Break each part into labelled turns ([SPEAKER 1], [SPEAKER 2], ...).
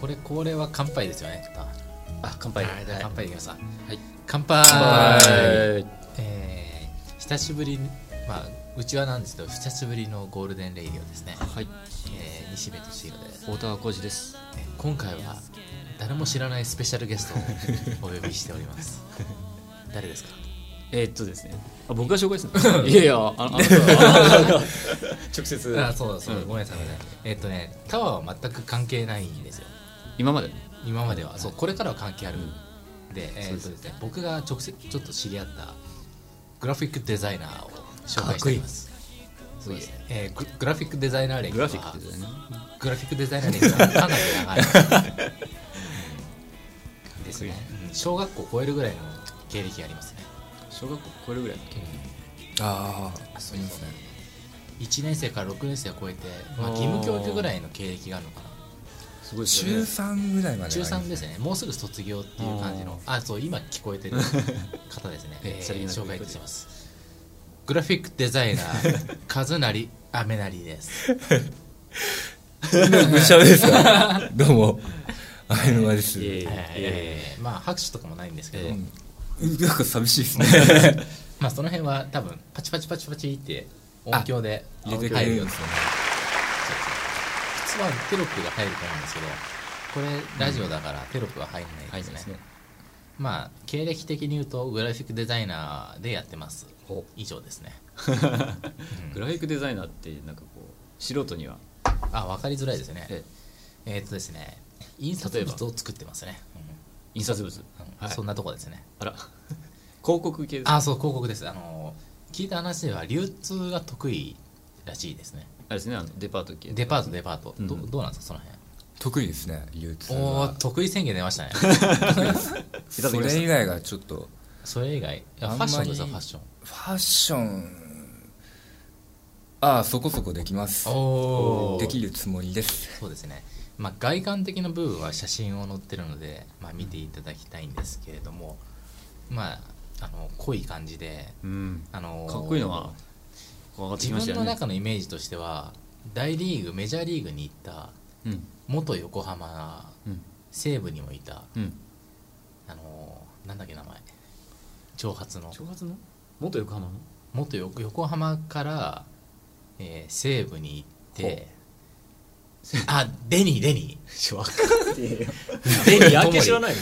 [SPEAKER 1] これこれは乾杯ですよね
[SPEAKER 2] あ乾杯
[SPEAKER 1] あじゃあ乾杯できますか
[SPEAKER 2] はい
[SPEAKER 1] 乾杯
[SPEAKER 2] はい
[SPEAKER 1] えー久しぶりにまあうちはなんですけど久しぶりのゴールデンレイディオですね、
[SPEAKER 2] はい
[SPEAKER 1] えー、西部敏弘です、
[SPEAKER 2] 太田浩二です
[SPEAKER 1] えー今回は誰も知らないスペシャルゲストをお呼びしております誰ですか
[SPEAKER 2] えー、っとですねあ僕が紹介するの いやいやああなたあなたが直接
[SPEAKER 1] あそうだそうだ、ごめんなさいごめんなさいえっ、とねタワーは全く関係ないんですよ
[SPEAKER 2] 今までね
[SPEAKER 1] 今まではそうこれからは関係ある、で,、えー
[SPEAKER 2] そう
[SPEAKER 1] と
[SPEAKER 2] です
[SPEAKER 1] ですね、僕が直接ちょっと知り合ったグラフィックデザイナーを紹介しています
[SPEAKER 2] そうですね
[SPEAKER 1] えーググラフィックデザイナー歴
[SPEAKER 2] グ
[SPEAKER 1] は
[SPEAKER 2] ラフィックですね
[SPEAKER 1] グラフィックデザイナー歴はかなり長いですねうん小学校超えるぐらいの経歴がありますね
[SPEAKER 2] 小学校超えるぐらいの経験
[SPEAKER 3] ああそうですね
[SPEAKER 1] 1年生から6年生を超えて、まあ、義務教育ぐらいの経歴があるのかな
[SPEAKER 2] すごいですよ
[SPEAKER 3] 中
[SPEAKER 2] ね
[SPEAKER 3] 3ぐらいまで
[SPEAKER 1] 中3ですすねもうすぐ卒業っていう感じのあそう今聞こえ てる方ですね、えー
[SPEAKER 2] さりげなく
[SPEAKER 1] 紹介いたしますグラフィックデザイナ ー和成あめなりです
[SPEAKER 3] ぐしゃべですかどうもあいまです
[SPEAKER 2] いやいやいやいや
[SPEAKER 1] えーまあ拍手とかもないんですけど、
[SPEAKER 3] うんなんか寂しいですね
[SPEAKER 1] まあその辺は多分パチパチパチパチって音響で
[SPEAKER 3] 入れてく
[SPEAKER 1] 入
[SPEAKER 3] れ
[SPEAKER 1] る
[SPEAKER 3] る
[SPEAKER 1] よ
[SPEAKER 3] ん
[SPEAKER 1] う
[SPEAKER 3] で
[SPEAKER 1] に
[SPEAKER 3] すよね
[SPEAKER 1] 普通はテロップが入ると思うんですけどこれラジオだからテロップは入んな
[SPEAKER 2] はいい
[SPEAKER 1] で
[SPEAKER 2] です
[SPEAKER 1] ね,、
[SPEAKER 2] すね
[SPEAKER 1] まあ経歴的に言うとグラフィックデザイナーでやってます
[SPEAKER 2] ほ
[SPEAKER 1] 以上ですね、うん
[SPEAKER 2] グラフィックデザイナーってなんかこう素人には
[SPEAKER 1] あ分かりづらいですよね
[SPEAKER 2] え
[SPEAKER 1] えーっとですね印刷物を作ってますね、
[SPEAKER 2] 印刷物
[SPEAKER 1] うんうん
[SPEAKER 2] はい
[SPEAKER 1] そんなとこですね
[SPEAKER 2] あら広告系ですあ
[SPEAKER 1] あそう広告ですあの聞いた話では流通が得意らしいですね
[SPEAKER 2] れですねあのデパート系
[SPEAKER 1] デパートデパート、ど
[SPEAKER 2] うん
[SPEAKER 1] どうなんですかその辺
[SPEAKER 3] 得意ですね流通
[SPEAKER 1] おお
[SPEAKER 3] は
[SPEAKER 1] ー得意宣言出ましたね
[SPEAKER 2] いただ
[SPEAKER 3] そ
[SPEAKER 2] きました
[SPEAKER 3] れ以外がちょっと
[SPEAKER 1] それ以外いや
[SPEAKER 3] あ
[SPEAKER 1] フ
[SPEAKER 3] ん
[SPEAKER 1] ァ
[SPEAKER 3] ま
[SPEAKER 1] ッ
[SPEAKER 3] り
[SPEAKER 1] ションですよファッション
[SPEAKER 3] ファッションああそこそこできます
[SPEAKER 1] おー
[SPEAKER 3] できるつもりです
[SPEAKER 1] そうですね、まあ、外観的な部分は写真を載ってるので、まあ、見ていただきたいんですけれどもまああの濃い感じで
[SPEAKER 2] うん
[SPEAKER 1] あのー
[SPEAKER 2] かっこいいのが上がって
[SPEAKER 1] 自
[SPEAKER 2] きま
[SPEAKER 1] 分
[SPEAKER 2] したよ
[SPEAKER 1] の
[SPEAKER 2] ね
[SPEAKER 1] 中のイメージとしては大リーグメジャーリーグに行った
[SPEAKER 2] うん
[SPEAKER 1] 元横浜
[SPEAKER 2] うん
[SPEAKER 1] 西部にもいた
[SPEAKER 2] うん
[SPEAKER 1] あのーなんだっけ名前長髪の
[SPEAKER 2] 正月の元横浜の
[SPEAKER 1] 元横横浜から、えー西部に行ってあデニーデニー
[SPEAKER 2] デニー
[SPEAKER 1] あんまり知ら
[SPEAKER 2] ないの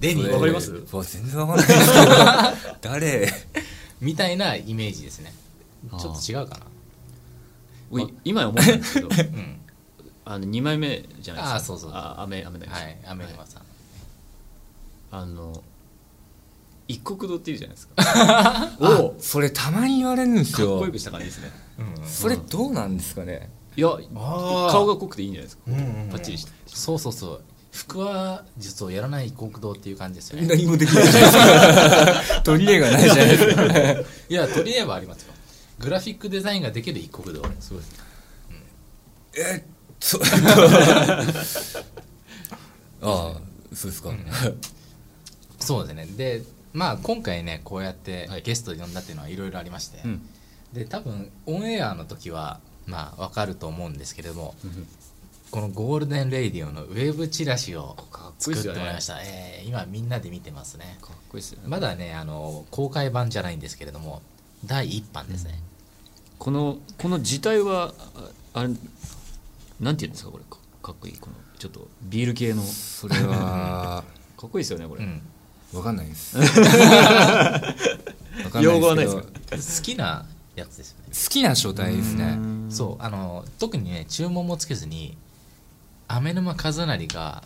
[SPEAKER 1] デニー
[SPEAKER 3] それ
[SPEAKER 2] わかります
[SPEAKER 3] うわ全然わかんないですけど誰
[SPEAKER 1] みたいなイメージですね
[SPEAKER 2] あー
[SPEAKER 1] ちょっと違うかな
[SPEAKER 2] おい今思ったんですけ ど
[SPEAKER 1] うん
[SPEAKER 2] あの2枚目じゃないですか
[SPEAKER 1] あそうそう
[SPEAKER 2] あ雨雨だけど
[SPEAKER 1] はいアメリカさん、
[SPEAKER 2] あの一国堂っていうじゃないですかを
[SPEAKER 3] あそれたまに言われるんです
[SPEAKER 2] かっ
[SPEAKER 3] よ
[SPEAKER 2] こよくした感じですね
[SPEAKER 1] うん
[SPEAKER 3] それどうなんですかね
[SPEAKER 2] いや
[SPEAKER 1] あー
[SPEAKER 2] 顔が濃くていいんじゃないですか
[SPEAKER 1] うんうん
[SPEAKER 2] パッチリして
[SPEAKER 1] そうそうそう腹話術をやらない国道っていう感じですよね
[SPEAKER 3] 何もできないじゃないですか 取り柄がないじゃないですか
[SPEAKER 1] いや取り柄はありますよグラフィックデザインができる一国道すごい
[SPEAKER 3] えそああそうですか、
[SPEAKER 1] そうですねでまあ今回ねこうやって
[SPEAKER 2] はい
[SPEAKER 1] ゲストで呼んだっていうのはいろいろありまして、
[SPEAKER 2] うん
[SPEAKER 1] で多分オンエアの時はまあ分かると思うんですけれどもこのゴールデンレイディオのウェブチラシを
[SPEAKER 2] かっこい
[SPEAKER 1] 作っ
[SPEAKER 2] いっす
[SPEAKER 1] て
[SPEAKER 2] よ
[SPEAKER 1] も
[SPEAKER 2] ね
[SPEAKER 1] らいました、えー今みんなで見てますね
[SPEAKER 2] かっこいいですよね
[SPEAKER 1] まだねあの公開版じゃないんですけれども第1版ですね、
[SPEAKER 2] このこの字体はああれなんていうんですかこれかかっこいいこのちょっとビール系のか
[SPEAKER 3] それは
[SPEAKER 2] っこいいですよねこれ、
[SPEAKER 1] うん
[SPEAKER 3] わかんないです わかん
[SPEAKER 2] 用語はない
[SPEAKER 3] で
[SPEAKER 2] ですす
[SPEAKER 3] け
[SPEAKER 2] か
[SPEAKER 3] ど
[SPEAKER 1] 好きな
[SPEAKER 3] 好
[SPEAKER 1] やつですよね
[SPEAKER 3] きな書体ですね
[SPEAKER 1] そうあの特にね注文もつけずに飴沼和成が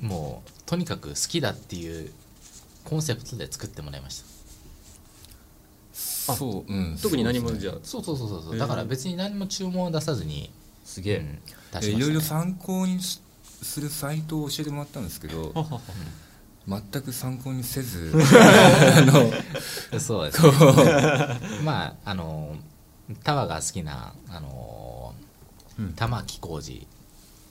[SPEAKER 1] もうとにかく好きだっていうコンセプトで作ってもらいました
[SPEAKER 3] そう、うん、
[SPEAKER 2] 特に何も
[SPEAKER 3] そうですね
[SPEAKER 2] じゃあ
[SPEAKER 1] そうそうそうそうそう、
[SPEAKER 2] へー
[SPEAKER 1] だから別に何も注文を出さずに、
[SPEAKER 2] すげえ、
[SPEAKER 1] うん出
[SPEAKER 3] え
[SPEAKER 1] しましたね
[SPEAKER 3] いろいろ参考にしするサイトを教えてもらったんですけど
[SPEAKER 2] ははは
[SPEAKER 3] 全く参考にせ ずあの
[SPEAKER 1] そう です、まああのタワが好きなあの
[SPEAKER 2] うん
[SPEAKER 1] 玉置浩二、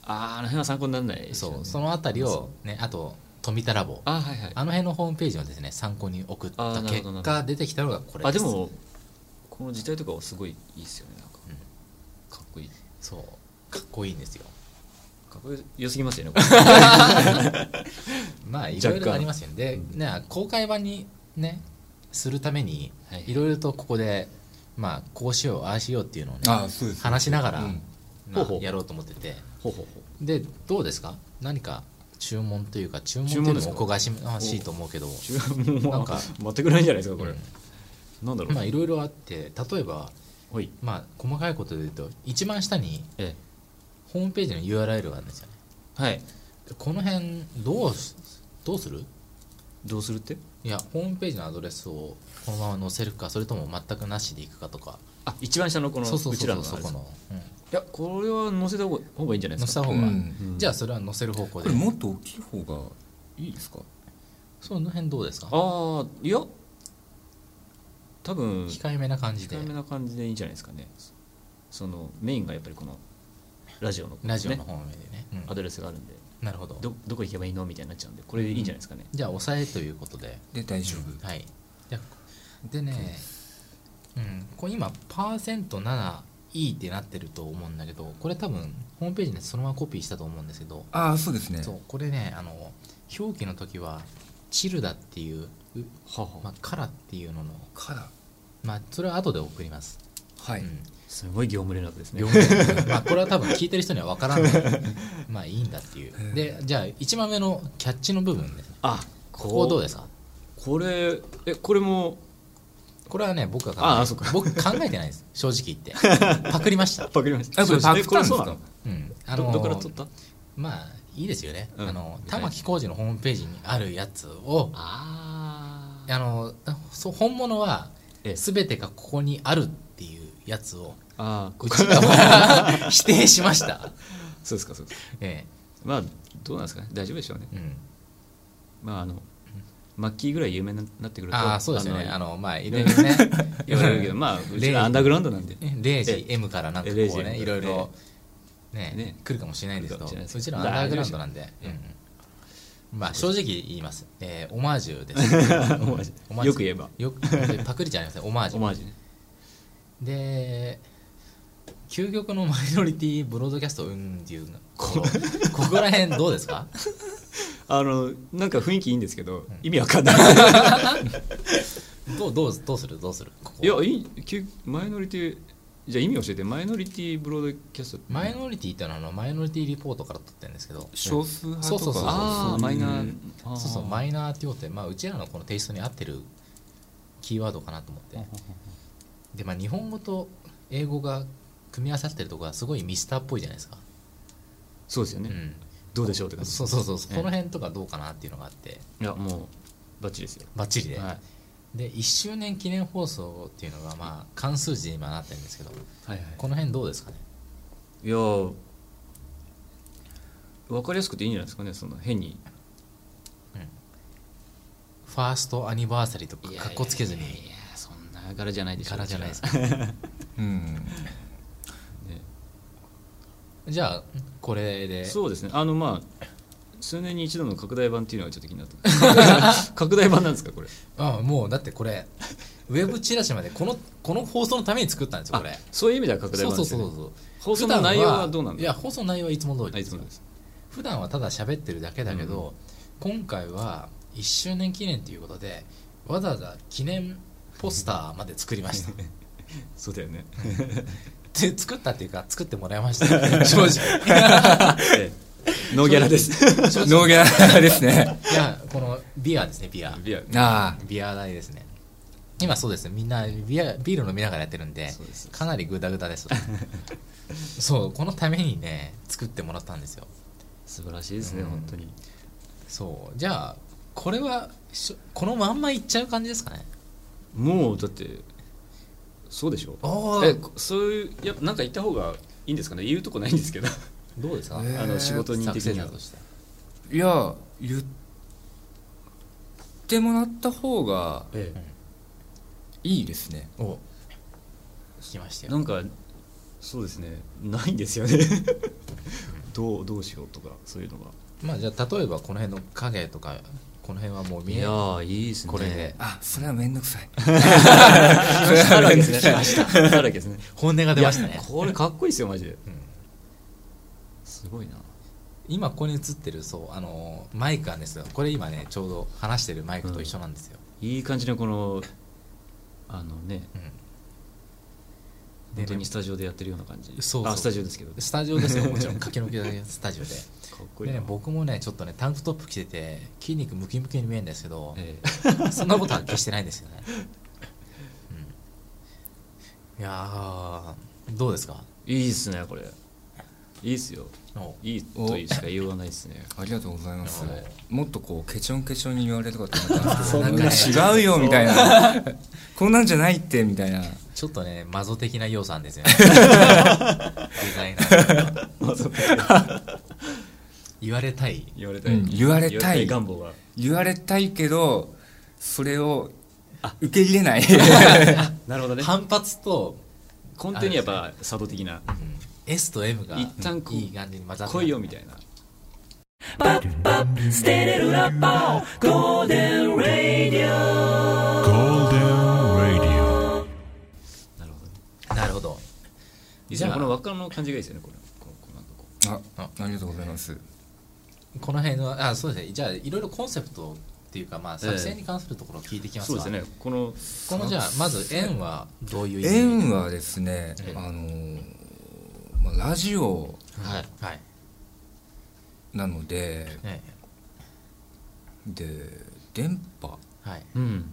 [SPEAKER 2] あーあの辺は参考にならないですよね、
[SPEAKER 1] そうその辺りをねあと富田ラボ
[SPEAKER 2] あーはいはい
[SPEAKER 1] あの辺のホームページをですね参考に送っ
[SPEAKER 2] あーな
[SPEAKER 1] た
[SPEAKER 2] るほど
[SPEAKER 1] 結
[SPEAKER 2] なるほ
[SPEAKER 1] 果
[SPEAKER 2] ど
[SPEAKER 1] 出てきたのがこれ
[SPEAKER 2] あ
[SPEAKER 1] で
[SPEAKER 2] ですもこの字体とかはすごいいいですよねなんか、
[SPEAKER 1] うん
[SPEAKER 2] かっこいい
[SPEAKER 1] そうかっこいいんですよ
[SPEAKER 2] かっこよすぎますよ ねこ
[SPEAKER 1] まあい
[SPEAKER 2] 若干
[SPEAKER 1] ろいろありますよねで、ね、公開版にねするために
[SPEAKER 2] はい
[SPEAKER 1] いろいろとここでまあこうしようああしようっていうのをね
[SPEAKER 3] あそうです
[SPEAKER 1] 話しながら、
[SPEAKER 3] うん
[SPEAKER 1] まあ
[SPEAKER 2] ほうほう
[SPEAKER 1] やろうと思ってて
[SPEAKER 2] れほうほうほ
[SPEAKER 1] でどうですか何か注文というか注文とい
[SPEAKER 2] 注
[SPEAKER 1] う
[SPEAKER 2] 文
[SPEAKER 1] の
[SPEAKER 2] です
[SPEAKER 1] も
[SPEAKER 2] か
[SPEAKER 1] おこがしましいと思うけど
[SPEAKER 2] う違うもう
[SPEAKER 1] なんか
[SPEAKER 2] 全くないんじゃないですかこれ、
[SPEAKER 1] うん
[SPEAKER 2] なんだろう、
[SPEAKER 1] まあいろいろあって例えば
[SPEAKER 2] ほい
[SPEAKER 1] まあ細かいことで言うと一番下に
[SPEAKER 2] え
[SPEAKER 1] ホームページの URL があるんですよね
[SPEAKER 2] えはい
[SPEAKER 1] でこの辺どうすどうする
[SPEAKER 2] どうするって
[SPEAKER 1] いやホームページのアドレスをこのまま載せるかそれとも全くなしでいくかとか
[SPEAKER 2] あ一番下のこの
[SPEAKER 1] そうそう
[SPEAKER 2] うちら
[SPEAKER 1] そ
[SPEAKER 2] の
[SPEAKER 1] うそこの、
[SPEAKER 2] いやこれは載せた方が方がいいんじゃな
[SPEAKER 1] う
[SPEAKER 2] い
[SPEAKER 1] ん、載
[SPEAKER 2] です
[SPEAKER 1] せ
[SPEAKER 2] か
[SPEAKER 1] た方が、
[SPEAKER 3] うん
[SPEAKER 2] うん
[SPEAKER 1] じゃあそれは載せる方向
[SPEAKER 3] こ
[SPEAKER 1] で
[SPEAKER 3] れもっと大きい方がいいですか
[SPEAKER 1] その辺どうですか
[SPEAKER 2] ああいや多分控
[SPEAKER 1] 控えめな感じで
[SPEAKER 2] えめな感じでいいんじゃないですかねそのメインがやっぱりこのラジオの、ね、
[SPEAKER 1] ラジオの方面でね、うん
[SPEAKER 2] アドレスがあるんで
[SPEAKER 1] なるほど
[SPEAKER 2] どどこ行けばいいのみたいになっちゃうんでこれでいいんじゃないですかね、
[SPEAKER 1] じゃあ抑えということで
[SPEAKER 3] で大丈夫
[SPEAKER 1] はいじゃあでねうんこれ今パーセント 7E ってなってると思うんだけどこれ多分ホームページにそのままコピーしたと思うんですけど
[SPEAKER 3] ああそうですね
[SPEAKER 1] そうこれねあの表記の時はチルダっていうう
[SPEAKER 2] はあはあ
[SPEAKER 1] まあ、カラっていうのの、
[SPEAKER 3] から
[SPEAKER 1] まあ、それは後で送ります。
[SPEAKER 3] はい、
[SPEAKER 1] うん
[SPEAKER 2] すごい業務連絡ですね
[SPEAKER 1] 業務連絡まあ、これは多分聞いてる人には分からない まあいいんだっていうでじゃあ一番目のキャッチの部分ですね
[SPEAKER 2] あ
[SPEAKER 1] ここどうですすか
[SPEAKER 2] これえこれも
[SPEAKER 1] これはね僕が考え
[SPEAKER 2] ああそっか
[SPEAKER 1] 僕考えてないです正直 言ってパクりました、
[SPEAKER 2] パクりまし
[SPEAKER 3] あこ
[SPEAKER 2] そう
[SPEAKER 3] れパク
[SPEAKER 2] です
[SPEAKER 3] ったんです
[SPEAKER 2] えこれそうな
[SPEAKER 3] か
[SPEAKER 2] の
[SPEAKER 1] うんあ
[SPEAKER 2] ど
[SPEAKER 1] の
[SPEAKER 2] どこから取った
[SPEAKER 1] まあいいですよね、
[SPEAKER 2] うん
[SPEAKER 1] あの玉置浩二のホームページにあるやつを
[SPEAKER 2] あ
[SPEAKER 1] あのそう本物は
[SPEAKER 2] ええ
[SPEAKER 1] 全てがここにあるっていうやつを
[SPEAKER 2] あー
[SPEAKER 1] う
[SPEAKER 2] こっ
[SPEAKER 1] ち
[SPEAKER 2] ち
[SPEAKER 1] らは 否定しました、
[SPEAKER 2] そうですかそうですか
[SPEAKER 1] え
[SPEAKER 2] まあどうなんですかね大丈夫でしょうね
[SPEAKER 1] えうん
[SPEAKER 2] まああのマッキーぐらい有名になってくると
[SPEAKER 1] ああそうですよね
[SPEAKER 2] あ
[SPEAKER 1] あ
[SPEAKER 2] の
[SPEAKER 1] のまあいろいろね
[SPEAKER 2] 言われ るけどまあうちらアンダーグラウンドなんで
[SPEAKER 1] 0時 M からなんかこう
[SPEAKER 2] え0時 M
[SPEAKER 1] ねいろいろね
[SPEAKER 2] ね
[SPEAKER 1] 来るかもしれないですけど
[SPEAKER 2] 来るかもしれないです
[SPEAKER 1] うちらアンダーグラウンドなんで、うんまあ正直言います、えーオマージュです
[SPEAKER 2] オマージュよく言えば
[SPEAKER 1] よくパクリじゃありませんオマージ
[SPEAKER 2] オ
[SPEAKER 1] ュ
[SPEAKER 2] マージュね
[SPEAKER 1] で究極のマイノリティブロードキャストうんっていうこここ こら辺どうですか
[SPEAKER 2] あのなんか雰囲気いいんですけど意味わかんない
[SPEAKER 1] どうどうどうするどうするここ
[SPEAKER 2] いやいいきマイノリティじゃあ意味教えてマイノリティブロードキャスト
[SPEAKER 1] マイノリティってのはあのマイノリティリポートから取ってるんですけど
[SPEAKER 3] 少数派
[SPEAKER 1] そ
[SPEAKER 3] と
[SPEAKER 1] う
[SPEAKER 3] か
[SPEAKER 1] そうそう
[SPEAKER 2] ああマイナー
[SPEAKER 1] そうそう
[SPEAKER 2] イ
[SPEAKER 1] マイナーってことで、まあ、うちらのこのテイストに合ってるキーワードかなと思ってで、まあ、日本語と英語が組み合わさってるとこがすごいミスターっぽいじゃないですか、
[SPEAKER 2] そうですよ
[SPEAKER 1] う
[SPEAKER 2] ね、
[SPEAKER 1] ん、
[SPEAKER 2] どうでしょうって感じ
[SPEAKER 1] そうそうそうそう
[SPEAKER 2] ええ
[SPEAKER 1] この辺とかどうかなっていうのがあって
[SPEAKER 2] いやもうバッチリですよ
[SPEAKER 1] バッチリで、
[SPEAKER 2] はい
[SPEAKER 1] で1周年記念放送っていうのがまあ関数字に今なってるんですけど
[SPEAKER 2] はいは
[SPEAKER 1] この辺どうですかね
[SPEAKER 2] いいやーわかりやすくていいんじゃないですかねその変に
[SPEAKER 1] ファーストアニバーサリーとかかっこつけずに
[SPEAKER 2] いやいやそんな柄じゃないでしょ
[SPEAKER 1] 柄じゃないです
[SPEAKER 2] ね
[SPEAKER 1] か
[SPEAKER 3] うん
[SPEAKER 1] じゃあこれで
[SPEAKER 2] そうですねあのまあ数年に一度の拡大版っていうのがちょっと気になってます 拡大版なんですかこれ
[SPEAKER 1] ああもうだってこれウェブチラシまでこのこの放送のために作ったんですよこれ
[SPEAKER 2] そういう意味では拡大
[SPEAKER 1] そう
[SPEAKER 2] 版
[SPEAKER 1] そ
[SPEAKER 2] で
[SPEAKER 1] うそ
[SPEAKER 2] すよ
[SPEAKER 1] う
[SPEAKER 2] ね
[SPEAKER 1] そう
[SPEAKER 2] 放送の内容はどうなん
[SPEAKER 1] い
[SPEAKER 2] です
[SPEAKER 1] や
[SPEAKER 2] か
[SPEAKER 1] 放送の内容はいつも通りです
[SPEAKER 2] いつ
[SPEAKER 1] よ
[SPEAKER 2] もです
[SPEAKER 1] 普段はただ喋ってるだけだけど、今回は1周年記念ということでわざわざ記念ポスターまで作りました
[SPEAKER 2] そうだよね
[SPEAKER 1] で作ったっていうか作ってもらいました 正直
[SPEAKER 2] ええノーギャラです
[SPEAKER 3] ノーギャラですね
[SPEAKER 1] いやこのビアですねビア
[SPEAKER 2] いや
[SPEAKER 3] あ
[SPEAKER 1] ビア代ですね今そうですねみんなビアビール飲みながらやってるんで
[SPEAKER 2] そうです
[SPEAKER 1] かなりグダグダです そうこのためにね作ってもらったんですよ
[SPEAKER 2] 素晴らしいですね
[SPEAKER 1] うん
[SPEAKER 2] 本当に
[SPEAKER 1] そうじゃあこれはしょこのまんまいっちゃう感じですかね
[SPEAKER 2] もうだってそうでしょ
[SPEAKER 1] ああ
[SPEAKER 2] えこそういうやっぱなんか言った方がいいんですかね言うとこないんですけど
[SPEAKER 1] どうですか、
[SPEAKER 3] えー
[SPEAKER 2] あの仕事人
[SPEAKER 1] 作
[SPEAKER 2] 的
[SPEAKER 1] 戦
[SPEAKER 2] に
[SPEAKER 1] 者
[SPEAKER 2] は
[SPEAKER 1] として
[SPEAKER 3] あいや言ってもらった方が
[SPEAKER 2] え
[SPEAKER 3] いいですね
[SPEAKER 1] お聞きました
[SPEAKER 2] え
[SPEAKER 1] よ
[SPEAKER 2] なんかそうですねないんですよねどうどうしようとかそういうのが
[SPEAKER 1] まあじゃあ例えばこの辺の影とかこの辺はもう見え
[SPEAKER 2] いいです
[SPEAKER 1] これで
[SPEAKER 3] あ それは面倒くさい
[SPEAKER 2] それあるわけですねあるわけですね
[SPEAKER 1] 本音が出ましたね
[SPEAKER 2] いやこれかっこいいですよマジで、
[SPEAKER 1] ん
[SPEAKER 2] すごいな
[SPEAKER 1] 今ここに映ってるそうあのマイクなんですよこれ今ねちょうど話してるマイクと一緒なんですよ、
[SPEAKER 2] いい感じのこのあのね
[SPEAKER 1] うん
[SPEAKER 2] 本当にスタジオでやってるような感じ
[SPEAKER 1] そうそう
[SPEAKER 2] あスタジオですけどか
[SPEAKER 1] スタジオですよもちろん柿の木スタジ オで
[SPEAKER 2] っこいい
[SPEAKER 1] で、
[SPEAKER 2] な
[SPEAKER 1] ね、僕もねちょっとねタンクトップ着てて筋肉ムキムキに見えるんですけど、
[SPEAKER 2] え
[SPEAKER 1] そんなことは決してないんですよね、うん、いやーどうですか
[SPEAKER 2] えいいっすねこれいいっすよ
[SPEAKER 1] お
[SPEAKER 2] いいとしか言わないっすね
[SPEAKER 3] ありがとうございます
[SPEAKER 1] はい
[SPEAKER 3] もっとこうケチョンケチョンに言われるかと思ったんですけ
[SPEAKER 1] そんな
[SPEAKER 3] どなんか違うよみたいな こんなんじゃないってみたいな
[SPEAKER 1] ちょっとねマゾ的な要素なんですよね デザイナーが言われたい
[SPEAKER 2] 言われ
[SPEAKER 3] たいうん言われたい
[SPEAKER 2] 願望が
[SPEAKER 3] 言われたいけどそれを受け入 れない
[SPEAKER 2] なるほどね
[SPEAKER 1] 反発と、
[SPEAKER 2] 根底にやっぱ佐渡的な
[SPEAKER 1] うん S と M が
[SPEAKER 2] 一旦こう
[SPEAKER 1] いい感じに混ざって
[SPEAKER 2] 来いよみたいななるほどね
[SPEAKER 1] なるほど
[SPEAKER 2] いいっ
[SPEAKER 1] じ
[SPEAKER 2] す
[SPEAKER 1] ゃ
[SPEAKER 2] ね
[SPEAKER 1] あ
[SPEAKER 2] この輪っかの感じがいいですよねこれこうこうなんかこう
[SPEAKER 3] あありがとうございます
[SPEAKER 1] この辺のあそうですねじゃあいろいろコンセプトっていうかまあ作戦に関するところを聞いていきます
[SPEAKER 2] そう
[SPEAKER 1] が、
[SPEAKER 2] ですねこの
[SPEAKER 1] このじゃあまず円はどういう意味
[SPEAKER 3] 縁はですね
[SPEAKER 1] ええ
[SPEAKER 3] あのーまあラジオ
[SPEAKER 1] はいはい、
[SPEAKER 3] なので
[SPEAKER 1] え
[SPEAKER 3] で電波
[SPEAKER 1] えはい
[SPEAKER 2] うん
[SPEAKER 1] うんうん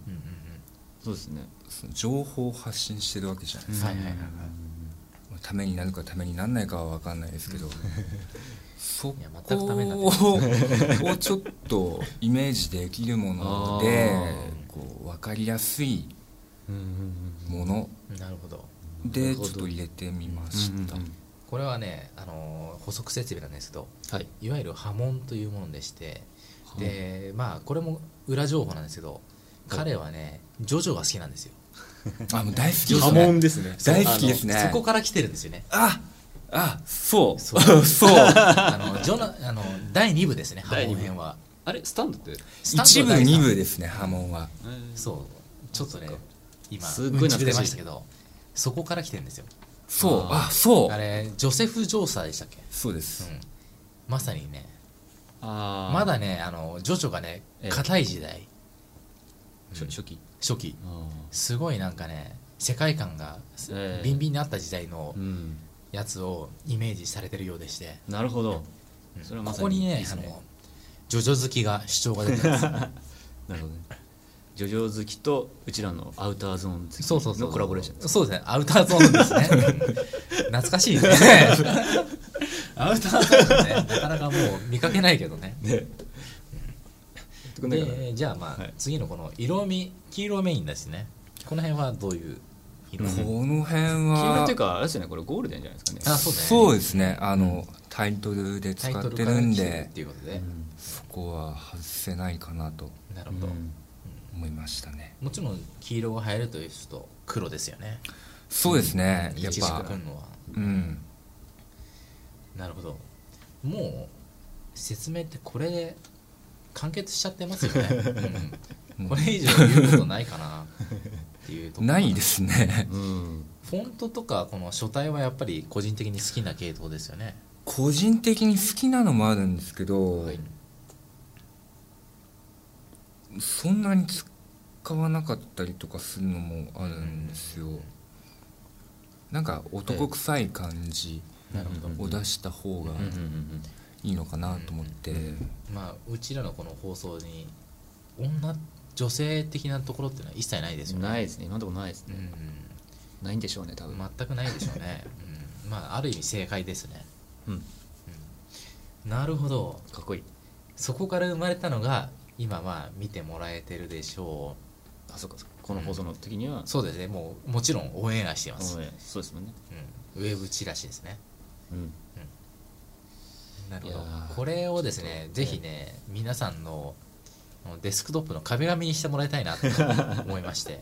[SPEAKER 2] そうですね
[SPEAKER 3] その情報を発信してるわけじゃないで
[SPEAKER 1] うん
[SPEAKER 3] すか、
[SPEAKER 1] はいはいはいはい
[SPEAKER 3] まあためになるかためにならないかは分かんないですけど、そこ
[SPEAKER 1] いや全くためになって
[SPEAKER 3] ををちょっとイメージできるもので
[SPEAKER 2] あ
[SPEAKER 3] こう分かりやすい
[SPEAKER 2] うんうん
[SPEAKER 3] もの
[SPEAKER 1] なるほど
[SPEAKER 2] な
[SPEAKER 3] で
[SPEAKER 2] る
[SPEAKER 3] ち
[SPEAKER 2] ほ
[SPEAKER 3] ょ
[SPEAKER 2] ど
[SPEAKER 3] っと入れてみました、
[SPEAKER 1] これはね、あのー補足説明なんですけど
[SPEAKER 2] はい
[SPEAKER 1] いわゆる波紋というものでしてでまあこれも裏情報なんですけど彼はねジョジョが好きなんですよ
[SPEAKER 3] あもう大好きです
[SPEAKER 2] 波
[SPEAKER 3] ね
[SPEAKER 2] 紋ですね
[SPEAKER 3] 大好きですね
[SPEAKER 1] あのそこから来てるんですよね
[SPEAKER 3] ああそう
[SPEAKER 1] そ
[SPEAKER 3] そうう
[SPEAKER 1] あのジョナあの第2部ですね波
[SPEAKER 2] 第
[SPEAKER 1] 紋
[SPEAKER 2] 二部
[SPEAKER 1] 編は
[SPEAKER 2] あれスタンドって
[SPEAKER 1] スタンド
[SPEAKER 3] 一部
[SPEAKER 1] 第三
[SPEAKER 3] 二部ですね波紋は
[SPEAKER 1] そうちょっとね今
[SPEAKER 2] すっごい懐かし
[SPEAKER 1] う
[SPEAKER 2] い
[SPEAKER 1] んち出ましたけどそこから来てるんですよ
[SPEAKER 3] そう
[SPEAKER 2] あー
[SPEAKER 3] あそう
[SPEAKER 1] あれジョセフ・ジョーサーでしたっけ、
[SPEAKER 3] そうで
[SPEAKER 1] う
[SPEAKER 3] す、
[SPEAKER 1] ん、まさにね
[SPEAKER 2] あー
[SPEAKER 1] まだねあのジョジョがね
[SPEAKER 2] ええ
[SPEAKER 1] 硬い時代
[SPEAKER 2] 初初期
[SPEAKER 1] 初期すごいなんかね世界観がす
[SPEAKER 2] ええ
[SPEAKER 1] ビンビンになった時代の
[SPEAKER 2] うん
[SPEAKER 1] やつをイメージされてるようでして、
[SPEAKER 2] なるほど
[SPEAKER 1] うん
[SPEAKER 2] それはま
[SPEAKER 1] こ
[SPEAKER 2] さ
[SPEAKER 1] こに
[SPEAKER 2] にいい
[SPEAKER 1] ね
[SPEAKER 2] です
[SPEAKER 1] あ
[SPEAKER 2] ね
[SPEAKER 1] のジョジョ好きが主張が出て ます
[SPEAKER 2] なるほどねジョジョ好きとうちらのアウターゾーン
[SPEAKER 1] そうそう
[SPEAKER 2] 好き
[SPEAKER 1] そ
[SPEAKER 2] の
[SPEAKER 1] う
[SPEAKER 2] コラボレーション
[SPEAKER 1] そうですねアウターゾーン ですねうん懐かしいねアウターゾーンねなかなかもう見かけないけどね
[SPEAKER 2] ね
[SPEAKER 1] でじゃあまあ、
[SPEAKER 2] はい
[SPEAKER 1] 次のこの色味黄色メインですねこの辺はどういう色味、
[SPEAKER 3] この
[SPEAKER 2] 黄色
[SPEAKER 3] 辺は
[SPEAKER 2] っていうかあれですよねこれゴールデンじゃないですか
[SPEAKER 1] あ
[SPEAKER 2] ね
[SPEAKER 1] そうだよね
[SPEAKER 3] そうですねあのタイトルで
[SPEAKER 1] タ
[SPEAKER 3] 使
[SPEAKER 1] イト
[SPEAKER 3] っ
[SPEAKER 1] ル
[SPEAKER 3] て
[SPEAKER 1] から
[SPEAKER 3] るん
[SPEAKER 1] 来てる
[SPEAKER 3] で
[SPEAKER 1] っていうことで、
[SPEAKER 3] そこは外せないかなと
[SPEAKER 1] なるほど、
[SPEAKER 2] うん
[SPEAKER 3] 思いましたね
[SPEAKER 1] もちろん黄色が入るという人黒ですよね
[SPEAKER 3] そうですねやっ
[SPEAKER 1] 一
[SPEAKER 3] ぱ
[SPEAKER 1] 軸組むのは
[SPEAKER 3] うん
[SPEAKER 1] なるほどもう説明ってこれで完結しちゃってますよね、うんこれ以上言うことないかなっていうところ
[SPEAKER 3] ないですね
[SPEAKER 2] うん
[SPEAKER 1] フォントとかこの書体はやっぱり個人的に好きな系統ですよね
[SPEAKER 3] 個人的に好きなのもあるんですけど、
[SPEAKER 1] はい
[SPEAKER 3] そんなに使わなかったりとかするのもあるんですよ、なんか男臭い感じ
[SPEAKER 1] なるほど、
[SPEAKER 2] うん
[SPEAKER 3] を出した方が
[SPEAKER 2] うんうんうん
[SPEAKER 3] いいのかなと思って、
[SPEAKER 1] まあうちらのこの放送に女女性的なところっていうのは一切ないです
[SPEAKER 2] う
[SPEAKER 1] よ
[SPEAKER 2] ん
[SPEAKER 1] ね
[SPEAKER 2] ないですね今のところないです
[SPEAKER 1] う
[SPEAKER 2] ね
[SPEAKER 1] ん
[SPEAKER 2] ないんでしょうね多分
[SPEAKER 1] 全くないでしょう ね、うん、まあある意味正解ですね
[SPEAKER 2] うん
[SPEAKER 1] なるほど
[SPEAKER 2] かっこいい
[SPEAKER 1] そこから生まれたのが今まあ見てもらえてるでしょ
[SPEAKER 2] あそうかそうかこの放送の時には
[SPEAKER 1] うそうですねもうもちろんオンエアしてます、
[SPEAKER 2] うんそうですもんね
[SPEAKER 1] うんウェブチラシですね
[SPEAKER 2] うん
[SPEAKER 1] なるほ
[SPEAKER 2] い
[SPEAKER 1] ど
[SPEAKER 2] やー
[SPEAKER 1] これをですねぜひね皆さんのあのデスクトップの壁紙にしてもらいたいなと思いまして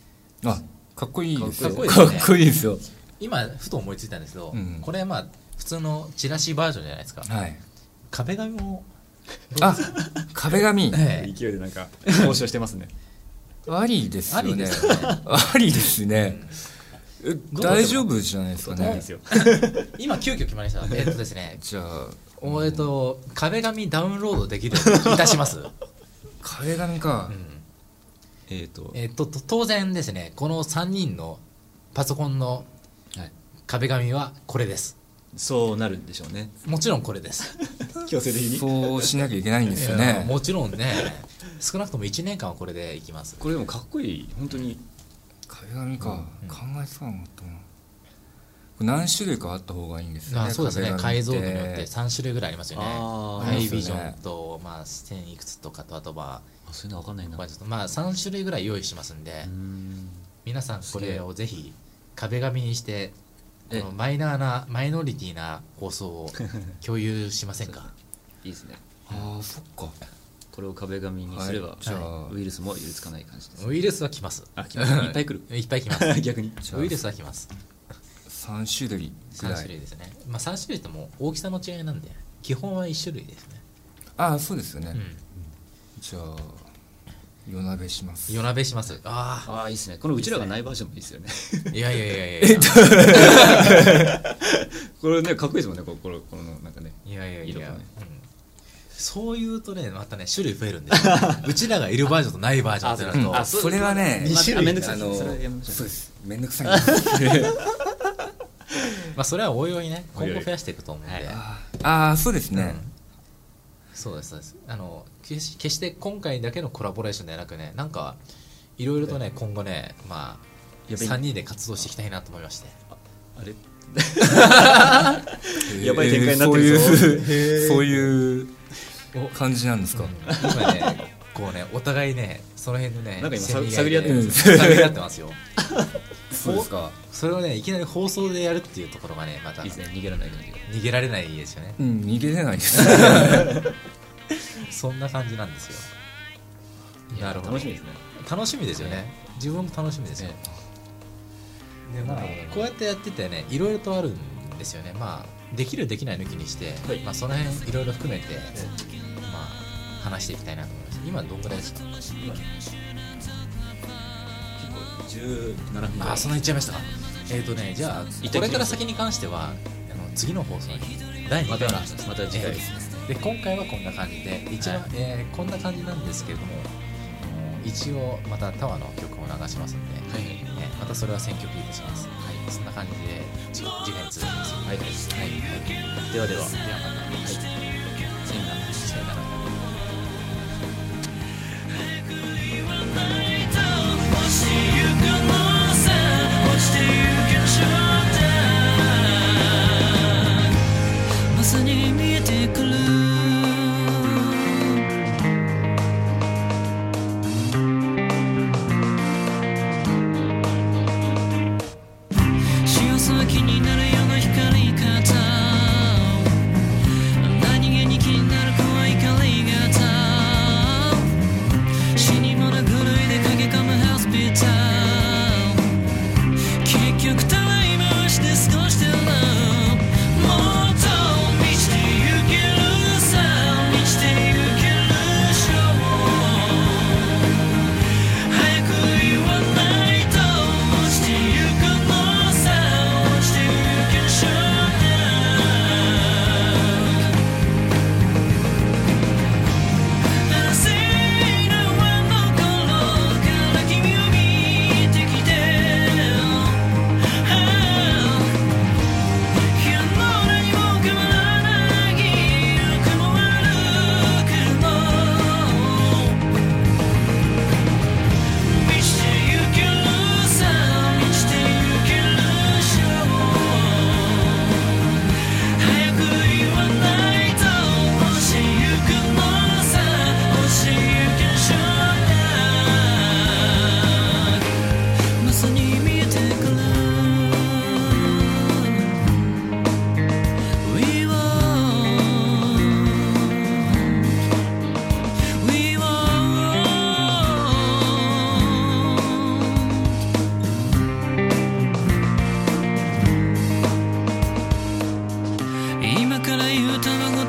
[SPEAKER 3] あかっこいいですよ
[SPEAKER 1] かっこいいですね
[SPEAKER 3] いいですよ
[SPEAKER 1] 今ふと思いついたんですけど、
[SPEAKER 3] うん
[SPEAKER 1] これまあ普通のチラシバージョンじゃないですか
[SPEAKER 3] はい
[SPEAKER 1] 壁紙も
[SPEAKER 3] あ壁紙
[SPEAKER 1] ええ
[SPEAKER 2] 勢いでな んか交渉してますね
[SPEAKER 3] ありです
[SPEAKER 1] あ
[SPEAKER 3] よ
[SPEAKER 1] りで
[SPEAKER 3] ね
[SPEAKER 1] すよ ね
[SPEAKER 3] ありですねえ
[SPEAKER 1] どう
[SPEAKER 3] 大丈夫じゃないですか
[SPEAKER 2] ないで
[SPEAKER 3] ね
[SPEAKER 2] すよ
[SPEAKER 1] 今急遽決まりましたえっとですね
[SPEAKER 3] じゃあ
[SPEAKER 1] おえっと壁紙ダウンロードできるようにいたし ます、
[SPEAKER 3] 壁紙か
[SPEAKER 1] う、ん
[SPEAKER 2] えっ、と、
[SPEAKER 1] えっとと当然ですねこの3人のパソコンの
[SPEAKER 2] はい、
[SPEAKER 1] 壁紙はこれです
[SPEAKER 2] そうなるんでしょうね
[SPEAKER 1] もちろんこれです
[SPEAKER 2] 強制的に
[SPEAKER 3] そうしなきゃいけないんですよ
[SPEAKER 1] いや
[SPEAKER 3] ね
[SPEAKER 1] もちろんね少なくとも1年間はこれでいきます
[SPEAKER 2] これでもかっこいい本当に
[SPEAKER 3] 壁紙か、
[SPEAKER 1] うん
[SPEAKER 3] 考えそうなったなこれ何種類かあった方がいいんですよ
[SPEAKER 1] あ
[SPEAKER 3] ね
[SPEAKER 1] そうですね
[SPEAKER 3] 壁
[SPEAKER 1] 解像
[SPEAKER 3] 紙
[SPEAKER 1] 度によって3種類ぐらいありますよね
[SPEAKER 2] あー
[SPEAKER 1] ハ
[SPEAKER 3] あ
[SPEAKER 1] イ
[SPEAKER 3] りますよ
[SPEAKER 1] ビ
[SPEAKER 3] ね
[SPEAKER 1] ジョンと、まあ、視点いくつとかとあとは、
[SPEAKER 2] あそういうの分かんないな
[SPEAKER 1] まあ、ちょっとまあ3種類ぐらい用意しますんで、
[SPEAKER 2] うーん
[SPEAKER 1] 皆さんこ
[SPEAKER 2] すげ
[SPEAKER 1] れ
[SPEAKER 2] え
[SPEAKER 1] をぜひ壁紙にしてこ
[SPEAKER 2] え
[SPEAKER 1] のマイナーなマイノリティな放送 を共有しませんか
[SPEAKER 2] いいですね
[SPEAKER 3] ああそっか
[SPEAKER 2] これを壁紙にすれば、
[SPEAKER 3] はいじゃあ
[SPEAKER 2] ウイルスも寄りつかない感じです、
[SPEAKER 1] ウイルスは来ます
[SPEAKER 2] あ来ますいっぱい 来
[SPEAKER 1] いっぱい来ます
[SPEAKER 2] 逆に
[SPEAKER 3] じゃあ
[SPEAKER 1] ウイルスは来ます
[SPEAKER 3] 3種類ぐ
[SPEAKER 1] 3
[SPEAKER 3] ら
[SPEAKER 1] 種類
[SPEAKER 3] い
[SPEAKER 1] ですね、まあ、3種類とも大きさの違いなんで基本は1種類ですね、
[SPEAKER 3] ああそうですよね、
[SPEAKER 1] うん、
[SPEAKER 3] じゃあ夜鍋します
[SPEAKER 1] 夜鍋しますあ
[SPEAKER 2] ああいいですねこのうちらがないバージョンもいいですよね
[SPEAKER 1] あいやいやいや いやいや
[SPEAKER 2] これねかっこいいですもんねこのこのこのなんかね
[SPEAKER 1] いやいやい
[SPEAKER 2] 色
[SPEAKER 1] や、
[SPEAKER 2] 々ね
[SPEAKER 1] うんそう言うとねまたね種類増えるん ですようちらがいるバージョンとないバージョンってなる
[SPEAKER 3] う
[SPEAKER 1] と
[SPEAKER 3] んあそれはね
[SPEAKER 2] 二種類
[SPEAKER 3] あ
[SPEAKER 2] めんどくさい
[SPEAKER 3] あの
[SPEAKER 2] そ
[SPEAKER 3] そ
[SPEAKER 2] れはやめ
[SPEAKER 3] う
[SPEAKER 2] ましょう
[SPEAKER 3] ですめんどくさいんです
[SPEAKER 1] まあそれはおいおいね
[SPEAKER 2] おい
[SPEAKER 1] 今
[SPEAKER 2] おい
[SPEAKER 1] 後増やしていくと思うんで、
[SPEAKER 3] あーあーそうですね、
[SPEAKER 1] そうですそうですあの決し決して今回だけのコラボレーションではなくねなんかいろいろとね今後ねまあ
[SPEAKER 2] やべえ
[SPEAKER 1] 3人で活動していきたいなと思いまして
[SPEAKER 2] あれ
[SPEAKER 3] えー
[SPEAKER 2] やばい展開になってるぞ
[SPEAKER 3] そういうそういう
[SPEAKER 1] お
[SPEAKER 3] 感じなんですか、
[SPEAKER 1] 今ねこうねお互いねその辺のね
[SPEAKER 2] なんか今
[SPEAKER 1] せめぎ合
[SPEAKER 2] 探
[SPEAKER 1] い
[SPEAKER 2] り合ってる
[SPEAKER 3] んです
[SPEAKER 1] 探り合ってますよ
[SPEAKER 3] そうですか
[SPEAKER 1] それをねいきなり放送でやるっていうところがねまた
[SPEAKER 2] いいですね逃げられない感じが
[SPEAKER 1] 逃げられないですよね
[SPEAKER 3] うん逃げれないです
[SPEAKER 1] そんな感じなんですよ
[SPEAKER 2] いや
[SPEAKER 1] なるほど
[SPEAKER 2] 楽しみですね
[SPEAKER 1] 楽しみですよね自分も楽しみですよ、
[SPEAKER 2] ね
[SPEAKER 1] でまあこうやってやっててねいろいろとあるんですよねまあできるできない抜きにして、
[SPEAKER 2] はい
[SPEAKER 1] まあ、その辺いろいろ含めて、まあ話していきたいなと思います今どんぐらいですか
[SPEAKER 2] 17分ぐらい
[SPEAKER 1] あーそんな言っちゃいましたかえっ、ー、とねじゃあ
[SPEAKER 2] 一旦
[SPEAKER 1] これから先に関してはあの次の放送に第2
[SPEAKER 2] ま
[SPEAKER 1] 回
[SPEAKER 2] た
[SPEAKER 1] の話です
[SPEAKER 2] また次回ですね
[SPEAKER 1] で今回はこんな感じで一番、
[SPEAKER 2] はい
[SPEAKER 1] えーこんな感じなんですけれどもあの一応またタワーの曲を流しますので、
[SPEAKER 2] はいはい
[SPEAKER 1] ね、またそれは選曲いたします、はい、そんな感じでじ次回に続きます
[SPEAKER 2] はいはいでは
[SPEAKER 1] で
[SPEAKER 2] では
[SPEAKER 1] はまた
[SPEAKER 2] さよなら
[SPEAKER 1] さよなら
[SPEAKER 4] まさに見えてくる潮騒になるよの光り方何気に気になる怖い怒り方死に物狂いで駆け込むハスピタル結局たらい回しで少しでももっと満ちてゆけるさ満ちてゆけるでしょう早く言わないと落ちてゆくのさ落ちてゆけしょ「せいなはの頃から君を見てきて」「日も何も変わらない」「よくも悪くも」「満ちてゆけるさ満ちてゆけるでしょう」「早く言わないと押しゆくのさ押しゆけしょうまさに見えてくる」「We want We want」今から言う卵